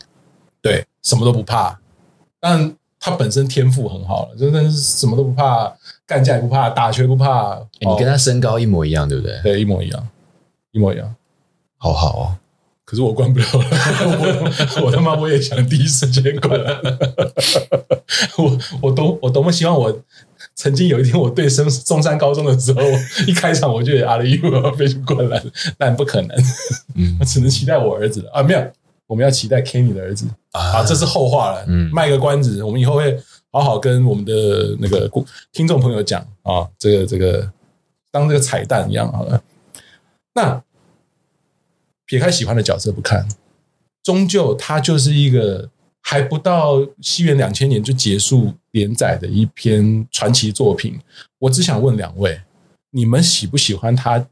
对，什么都不怕，但。他本身天赋很好了，真的是什么都不怕，干架也不怕，打球也不怕。
欸你跟
哦
他身高一模一样，对不对？
对一模一样，一模一样。
好好哦，
可是我关不了了， 我我他妈我也想第一时间关 了。我我多我多么希望我曾经有一天我对升中山高中的时候，一开场我就有阿里 U 我要飞去灌篮，但不可能，
嗯
我只能期待我儿子了啊！没有，我们要期待 Kenny 的儿子啊，
啊
这是后话了，
嗯
卖个关子，我们以后会好好跟我们的那个顾听众朋友讲啊，这个这个当这个彩蛋一样好了。那撇开喜欢的角色不看，终究它就是一个还不到西元两千年就结束连载的一篇传奇作品。我只想问两位，你们喜不喜欢它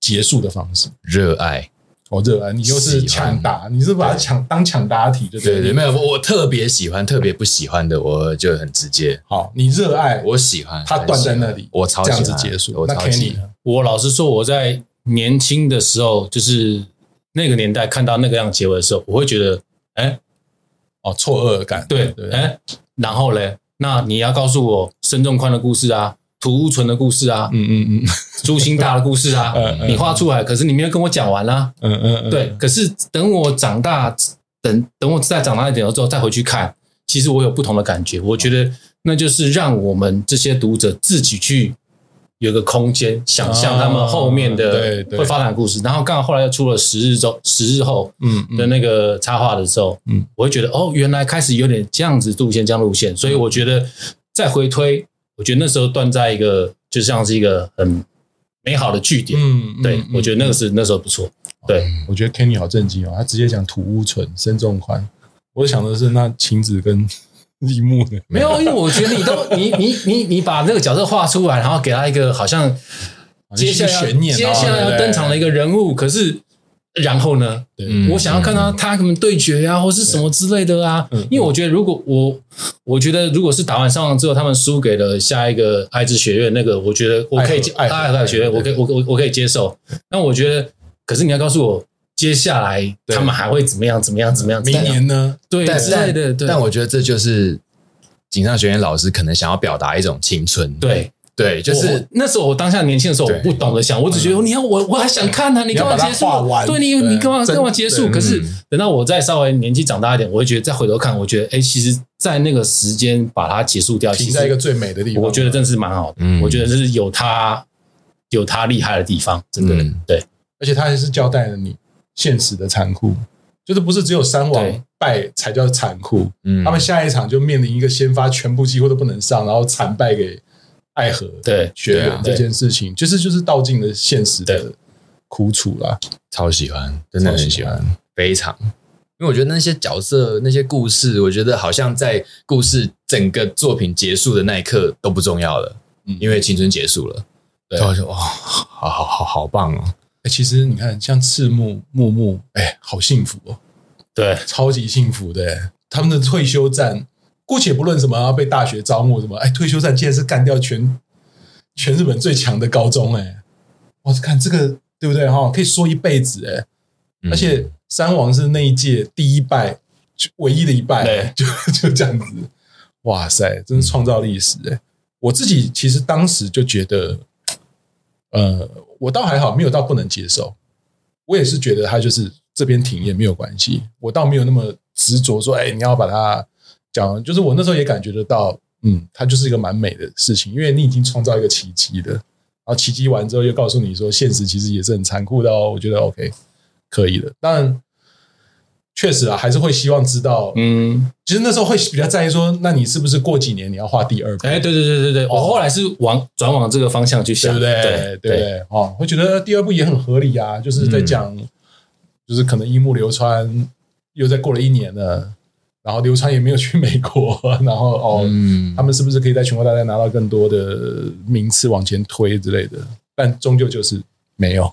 结束的方式？
热爱，
我热爱你又是
喜欢
抢答，你是把它抢当抢答题，对不
对
对？
对，没有我我特别喜欢，特别不喜欢的，我就很直接，
好，你热爱
我喜欢，
它断在那
很喜
里
欢，我超
这
喜
样
欢
子结束。
我
那
超
Kenny
喜欢
呢
我老实说，我在年轻的时候，就是那个年代看到那个样结尾的时候，我会觉得，哎，
哦，错愕感，
对
对，，
哎，然后嘞，那你要告诉我深重宽的故事啊，涂屋纯的故事啊，
嗯嗯嗯
朱星大的故事啊，
嗯嗯
你画出来，可是你没有跟我讲完啊啦、
嗯嗯嗯，
对，可是等我长大，等等我再长大一点了之后再回去看，其实我有不同的感觉。我觉得那就是让我们这些读者自己去有个空间，想象他们后面
啊对
的
对
会发展的故事。然后刚好后来又出了十日周十日后
嗯嗯
的那个插画的时候，
嗯
嗯，我会觉得哦，原来开始有点这样子路线，这样路线。所以我觉得再回推，我觉得那时候断在一个就像是一个很美好的据点。
嗯，
对，我觉
得
得那个是那时候不错。对，
我觉得 Kenny 好震惊哦，他直接讲土屋纯深重宽，我想的是那晴子跟樱木呢，
没有，因为我觉得你 都你你你你把那个角色画出来，然后给他一个好像接下来要
好像是悬念哦
接下来
对不
要
对
登场的一个人物，可是然后呢，
对
嗯
我想要看到他们对决啊，或是什么之类的啊
嗯嗯。
因为我觉得，如果我我觉得如果是打完上网之后，他们输给了下一个爱之学院，那个我觉得我可以接
爱河爱河
爱河学院，我可以我我我可以接受。那我觉得，可是你要告诉我。接下来
对
他们还会怎么样？怎么样？怎么样？
明年呢？
对
但
之类的，对，
但我觉得这就是井上学院老师可能想要表达一种青春，
对
对，就
我
是
那时候我当下年轻的时候，
对
我不懂得想，我只觉得你要我我还想看啊呢、你干嘛
嗯你要把它
结束
画完？
对你
对
你干嘛
真
干嘛结束？
对
可是
嗯
等到我再稍微年纪长大一点，我会觉得再回头看，我觉得哎，其实，在那个时间把它结束掉，
停
其
在一个
实
最美的地方，
我觉得真的是蛮好的。
嗯
我觉得这是有它有它厉害的地方，真的
嗯
对
而且他还是交代了你现实的残酷，就是不是只有三
对
网败才叫残酷，
嗯
他们下一场就面临一个先发全部几乎都不能上，然后惨败给爱河
对
学
对
员
啊
这件事情，就是就是道尽了现实的
对
苦楚啦。
超喜欢，真的很喜
超喜
欢，非常。因为我觉得那些角色、那些故事，我觉得好像在故事整个作品结束的那一刻都不重要了，
嗯
因为青春结束了。
对
然后我就哇，好好好好棒哦！
哎其实你看，像赤木、木木，哎，好幸福哦，
对，
超级幸福的哎。他们的退休战，姑且不论什么啊要被大学招募什么，哎，退休战竟然是干掉全全日本最强的高中哎。我看这个对不对哈、可以说一辈子哎。
嗯
而且三王是那一届第一败，就唯一的一败
对，
就就这样子。哇塞，真是创造历史哎、我自己其实当时就觉得，呃，我倒还好，没有到不能接受。我也是觉得他就是这边停也没有关系，我倒没有那么执着说，哎，你要把它讲。就是我那时候也感觉得到，嗯，它就是一个蛮美的事情，因为你已经创造一个奇迹了。然后奇迹完之后，又告诉你说，现实其实也是很残酷的哦。我觉得 OK，可以的。当然，确实啊，还是会希望知道。
嗯，
其实那时候会比较在意说，那你是不是过几年你要画第二本？
哎，对对对对对，我后来是往转往这个方向去
对
想，
不对？
对嗯
对不对？哦，会觉得第二部也很合理啊，就是在讲，就是可能樱木流川又在过了一年了，然后流川也没有去美国， 然后哦，
嗯
他们是不是可以在全国大赛拿到更多的名次往前推之类的？但终究就是没有。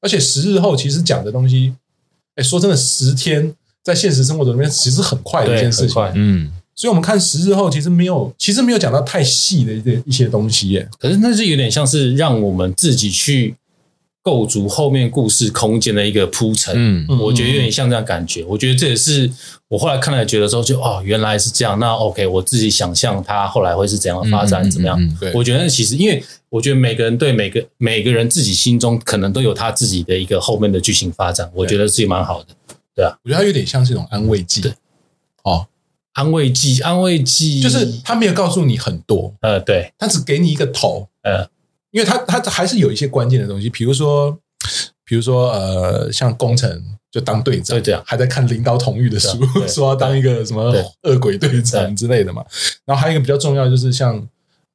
而且十日后其实讲的东西，哎，说真的，十天在现实生活中面其实很快的一
对，
件事
很
情。
快。
嗯，
所以我们看十日后其实没有，其实没有讲到太细的一些一些东西耶。
可是那是有点像是让我们自己去构筑后面故事空间的一个铺陈，
嗯
我觉得有点像这样感觉。我觉得这也是我后来看了觉得说就，哦，原来是这样。那 OK，我自己想象它后来会是怎样的发展，怎么样？
嗯嗯嗯
对
我觉得其实，因为我觉得每个人对每个每个人自己心中可能都有他自己的一个后面的剧情发展，我觉得是蛮好的
我觉得它有点像是一种安慰剂，哦，
安慰剂，安慰剂
就是他没有告诉你很多，
呃，对，
他只给你一个头，
呃，
因为他他还是有一些关键的东西，比如说，比如说呃，像工程就当队长，
对对啊
还在看领导统御的书
对啊对，啊
说要当一个什么
对啊
恶鬼队长之类的嘛。然后还有一个比较重要的就是像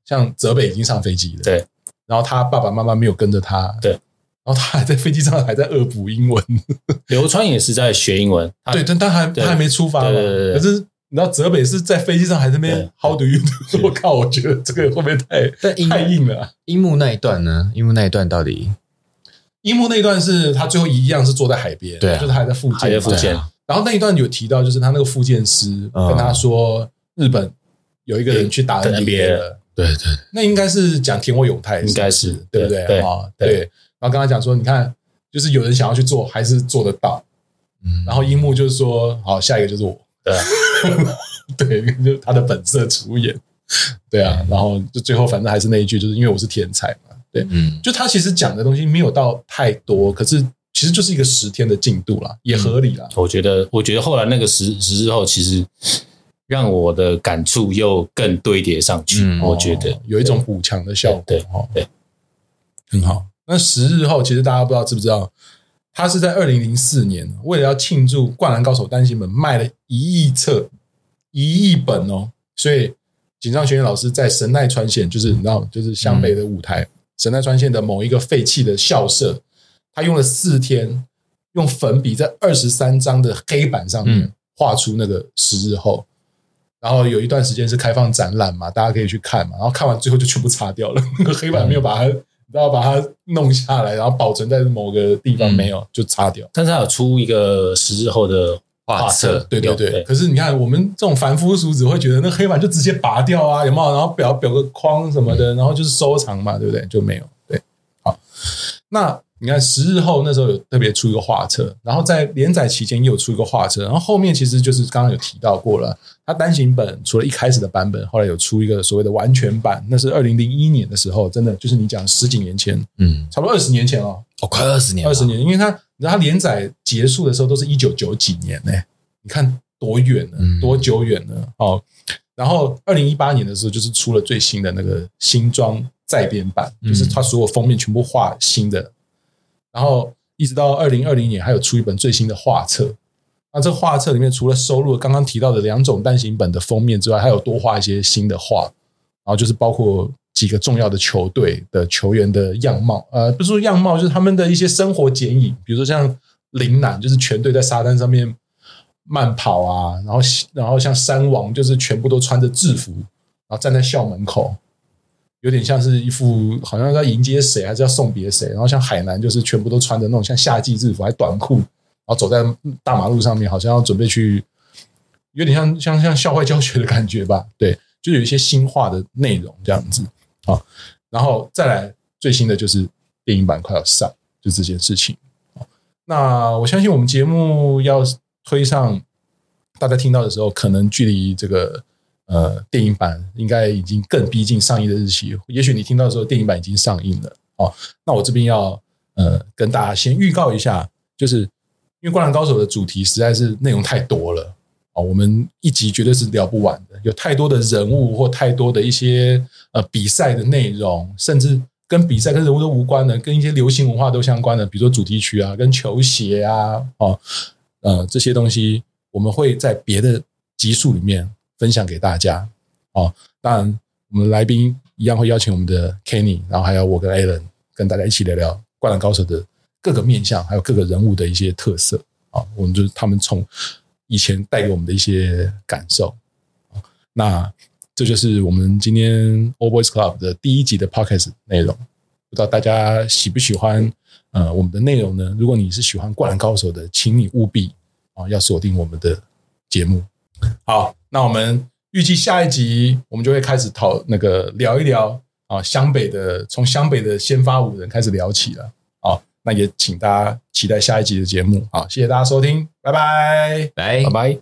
像泽北已经上飞机了，
对，
然后他爸爸妈妈没有跟着他，
对，
然后他还在飞机上还在恶补英文，
流川也是在学英文，他
对，但他还
啊对
他还没出发嘛。
对对对对
可是你知道泽北是在飞机上还在那边
对嗯
How do you do？我 靠，我觉得这个会不会太
但樱
太硬了啊？
樱木那一段呢？樱木那一段到底
樱木那一段是他最后一样是坐在海边，
对啊
就是他还在复健嘛，
还在复
对
健，
啊
然后那一段有提到，就是他那个复健师
嗯
跟他说，日本有一个人去打
对
NBA 了，
对对
那应该是讲田尾永泰，
应该
是
是
不是对不对
对
啊？
对
对。然后跟他讲说，你看，就是有人想要去做，还是做得到。
嗯
然后樱木就是说，好，下一个就是我。
对啊
对，就是他的本色出演。对啊，然后就最后反正还是那一句，就是因为我是天才嘛。对，
嗯
就他其实讲的东西没有到太多，可是其实就是一个十天的进度啦，也合理啦。
我觉得，我觉得后来那个十十日后，其实让我的感触又更堆叠上去。
嗯
我觉得
哦有一种补强的效果，
对对
哦
对
很好。那十日后，其实大家不知道知不知道，他是在二零零四年，为了要庆祝《灌篮高手》单行本卖了一亿册、一亿本哦，所以井上学院老师在神奈川县，就是你知道，就是湘北的舞台，神奈川县的某一个废弃的校舍，他用了四天，用粉笔在二十三张的黑板上面
嗯
画出那个十日后。然后有一段时间是开放展览嘛，大家可以去看嘛。然后看完最后就全部擦掉了， 那个黑板没有把它，你知道把它弄下来，然后保存在某个地方，
嗯
没有就擦掉。
但是他有出一个十日后的
画册
册，
对对
有
对。可是你看，我们这种凡夫俗子会觉得那黑板就直接拔掉啊，有没有？然后裱裱个框什么的，然后就是收藏嘛，对不对？就没有。对，好。那你看十日后那时候有特别出一个画册，然后在连载期间也有出一个画册，然后后面其实就是刚刚有提到过了，它单行本除了一开始的版本，后来有出一个所谓的完全版，那是二零零一年的时候，真的就是你讲十几年前，
嗯，
差不多二十年前哦，
哦，快二十年了，
二十年，因为它你知道它连载结束的时候都是一九九几年呢、你看多远呢、
嗯
多久远呢？哦，然后二零一八年的时候就是出了最新的那个新装再编版，就
嗯
是它所有封面全部画新的，然后一直到二零二零年还有出一本最新的画册。那这画册里面除了收录了刚刚提到的两种单行本的封面之外，还有多画一些新的画，然后就是包括几个重要的球队的球员的样貌，呃，不是说样貌，就是他们的一些生活剪影，比如说像陵南，就是全队在沙滩上面慢跑啊，然后然后像山王，就是全部都穿着制服，然后站在校门口，有点像是一副好像要迎接谁，还是要送别谁。然后像海南就是全部都穿着那种像夏季制服，还短裤，然后走在大马路上面，好像要准备去，有点像像像校外教学的感觉吧？对，就有一些新化的内容这样子啊。好然后再来最新的就是电影版快要上，就这件事情。那我相信我们节目要推上，大家听到的时候，可能距离这个呃电影版应该已经更逼近上映的日期。也许你听到的时候，电影版已经上映了哦。那我这边要呃跟大家先预告一下，就是因为《灌篮高手》的主题实在是内容太多了哦，我们一集绝对是聊不完的，有太多的人物或太多的一些呃比赛的内容，甚至跟比赛跟人物都无关的，跟一些流行文化都相关的，比如说主题曲啊、跟球鞋啊、哦，呃这些东西，我们会在别的集数里面分享给大家哦。当然，我们来宾一样会邀请我们的 Kenny，然后还有我跟 Alan 跟大家一起聊聊《灌篮高手》的各个面向，还有各个人物的一些特色啊、我们就是他们从以前带给我们的一些感受。啊那这就是我们今天 All Boys Club 的第一集的 Podcast 内容。不知道大家喜不喜欢呃我们的内容呢？如果你是喜欢《灌篮高手》的，请你务必啊、要锁定我们的节目。好，那我们预计下一集我们就会开始讨那个聊一聊啊，湘北的从湘北的先发五人开始聊起了啊。那也请大家期待下一集的节目啊，谢谢大家收听，拜拜。
来
拜。拜。